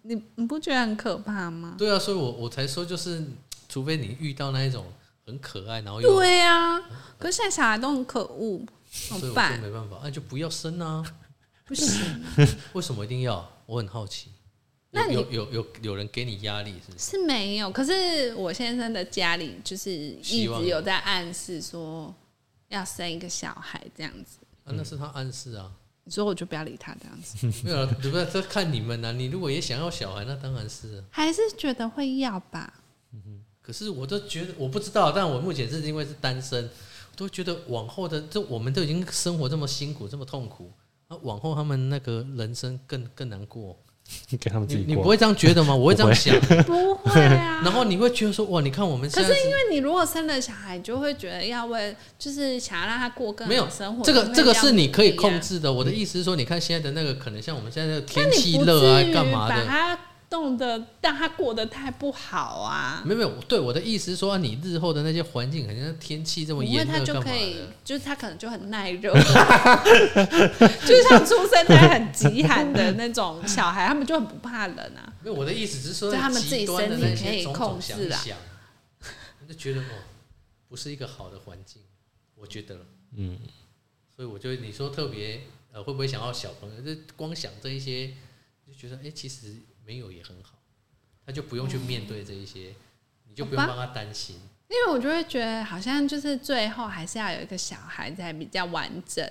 你你不觉得很可怕吗？
对啊，所以我我才说，就是除非你遇到那一种很可爱，然后又
对呀、可是现在小孩都很可恶，怎
所以我
么
就
办？
没办法，那、就不要生啊！
不行，
为什么一定要？我很好奇。
那你
有有有有有人给你压力是不是？
是没有。可是我先生的家里就是一
希望
直有在暗示说要生一个小孩这样子，
啊，那是他暗示啊，
所以我就不要理他这样
<laughs>
子。
没有啊，对不对？这看你们啊。你如果也想要小孩，那当然是、啊。
还是觉得会要吧。
<laughs> 可是我都觉得我不知道，但我目前是因为是单身，都觉得往后的这我们都已经生活这么辛苦，这么痛苦，那、往后他们那个人生更更难过。
你给他们自
你
己
你不
过。
会这样觉得吗？我会这样想，
不会啊。
<laughs> 然后你会觉得说哇，你看我们
可
现
是
在
因为你如果生了小孩，你就会觉得要为，就是想要让他过更
没
好
有
的生活。
这个
因为
这个
样
是你
不
可以
一样
控，制的。我的意思是说，你看现在的那个可能像我们现在的天
但你
气
不
热啊
至，于
干嘛
把
的？
他弄得让他过得太不好啊。
没有没有，对我的意思是说，你日后的那些环境，好像天气这么
因为
炎
他
热，
就
干嘛
可以
的？，
就是他可能就很耐热， <laughs> 就像出生在很极寒的那种小孩，他们就很不怕冷啊。
没有，我的意思只是说，
就他们自己
极端的
身体
那
可
些
以
种
控
种
制
想
啦
想， <laughs> 我就觉得哦，不是一个好的环境，我觉得了。
嗯，
所以我就你说特别呃，会不会想要小朋友？就光想这一些，就觉得哎、诶其实没有也很好，他就不用去面对这一些，你就不用
好吧
帮他担心。
因为我就会觉得，好像就是最后还是要有一个小孩才比较完整，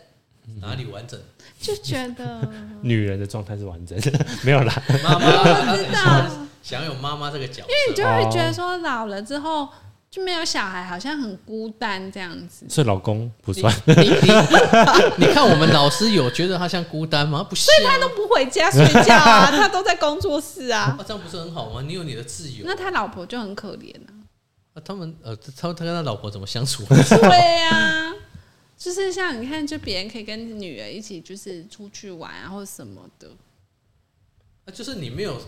哪里完整？
就觉
<laughs>
得
女人的状态是完整的， <laughs> 没有啦。
妈
不
妈
知道。
想有妈妈这个角色，
你就会觉得说老了之后就没有小孩，好像很孤单这样子。
所以老公不算，
你你你看我们老师有觉得他像孤单吗？不是、啊，
他都不回家睡觉
<laughs>
啊，他都在工作室啊。
啊这样不是很好吗？你有你的自由。
那他老婆就很可怜啊。 <laughs>
<laughs> 啊他们呃，他他跟他老婆怎么相处？
对啊，就是像你看，就别人可以跟女儿一起就是出去玩啊，或什么的。
啊就是你没有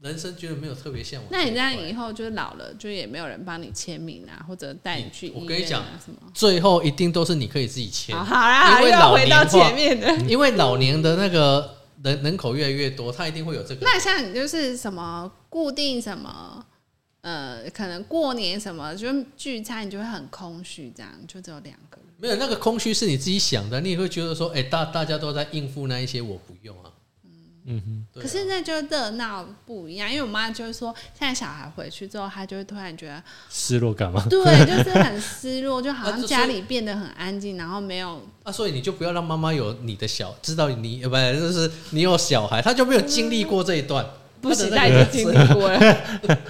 人生，觉得没有特别向往这一
那
块。
你这样以后就是老了，就也没有人帮你签名啊，或者带你去医
嗯我跟你
院
讲
啊什么。
最后一定都是你可以自己签
好，好啦，
因
又
为
要
老
回到
龄化
前面的。
<laughs> 因为老年的那个人人口越来越多，他一定会有这个。
那像你就是什么固定什么，呃，可能过年什么就是聚餐，你就会很空虚，这样就只有两个人。
没有那个空虚是你自己想的，你也会觉得说，哎、大大家都在应付那一些，我不用啊。
嗯哼，
对啊
可是那就热闹不一样，因为我妈就是说，现在小孩回去之后，她就会突然觉得，，
失落感嘛 <laughs>
对，就是很失落，就好
啊
像
就是
家里变得很安静，然后没有
啊，所以你就不要让妈妈有你的小，知道你呃不就是你有小孩，他就没有经历过这一段，
不行，
他
她
的
已
那个
经经历过了。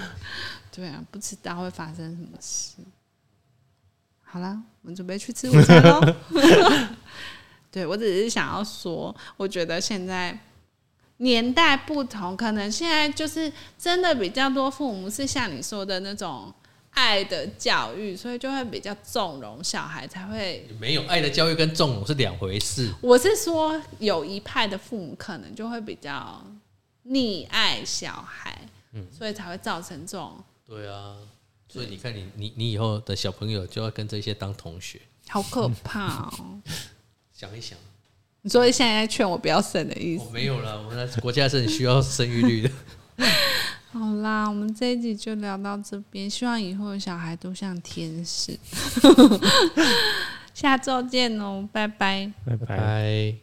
<laughs> 对啊，不知道会发生什么事。好啦，我们准备去吃午餐喽。 <laughs> 对我只是想要说，我觉得现在年代不同，可能现在就是真的比较多父母是像你说的那种爱的教育，所以就会比较纵容小孩，才会
没有爱的教育跟纵容是两回事。
我是说，有一派的父母可能就会比较溺爱小孩，所以才会造成这种
对啊，所以你看你你你以后的小朋友就要跟这些当同学，
好可怕哦。
想一想，
你说现在劝我不要生的意
我、
思？
没有了，我们的国家是很需要生育率的。
好啦，我们这一集就聊到这边，希望以后的小孩都像天使。下周见哦，拜拜。
拜拜。
拜。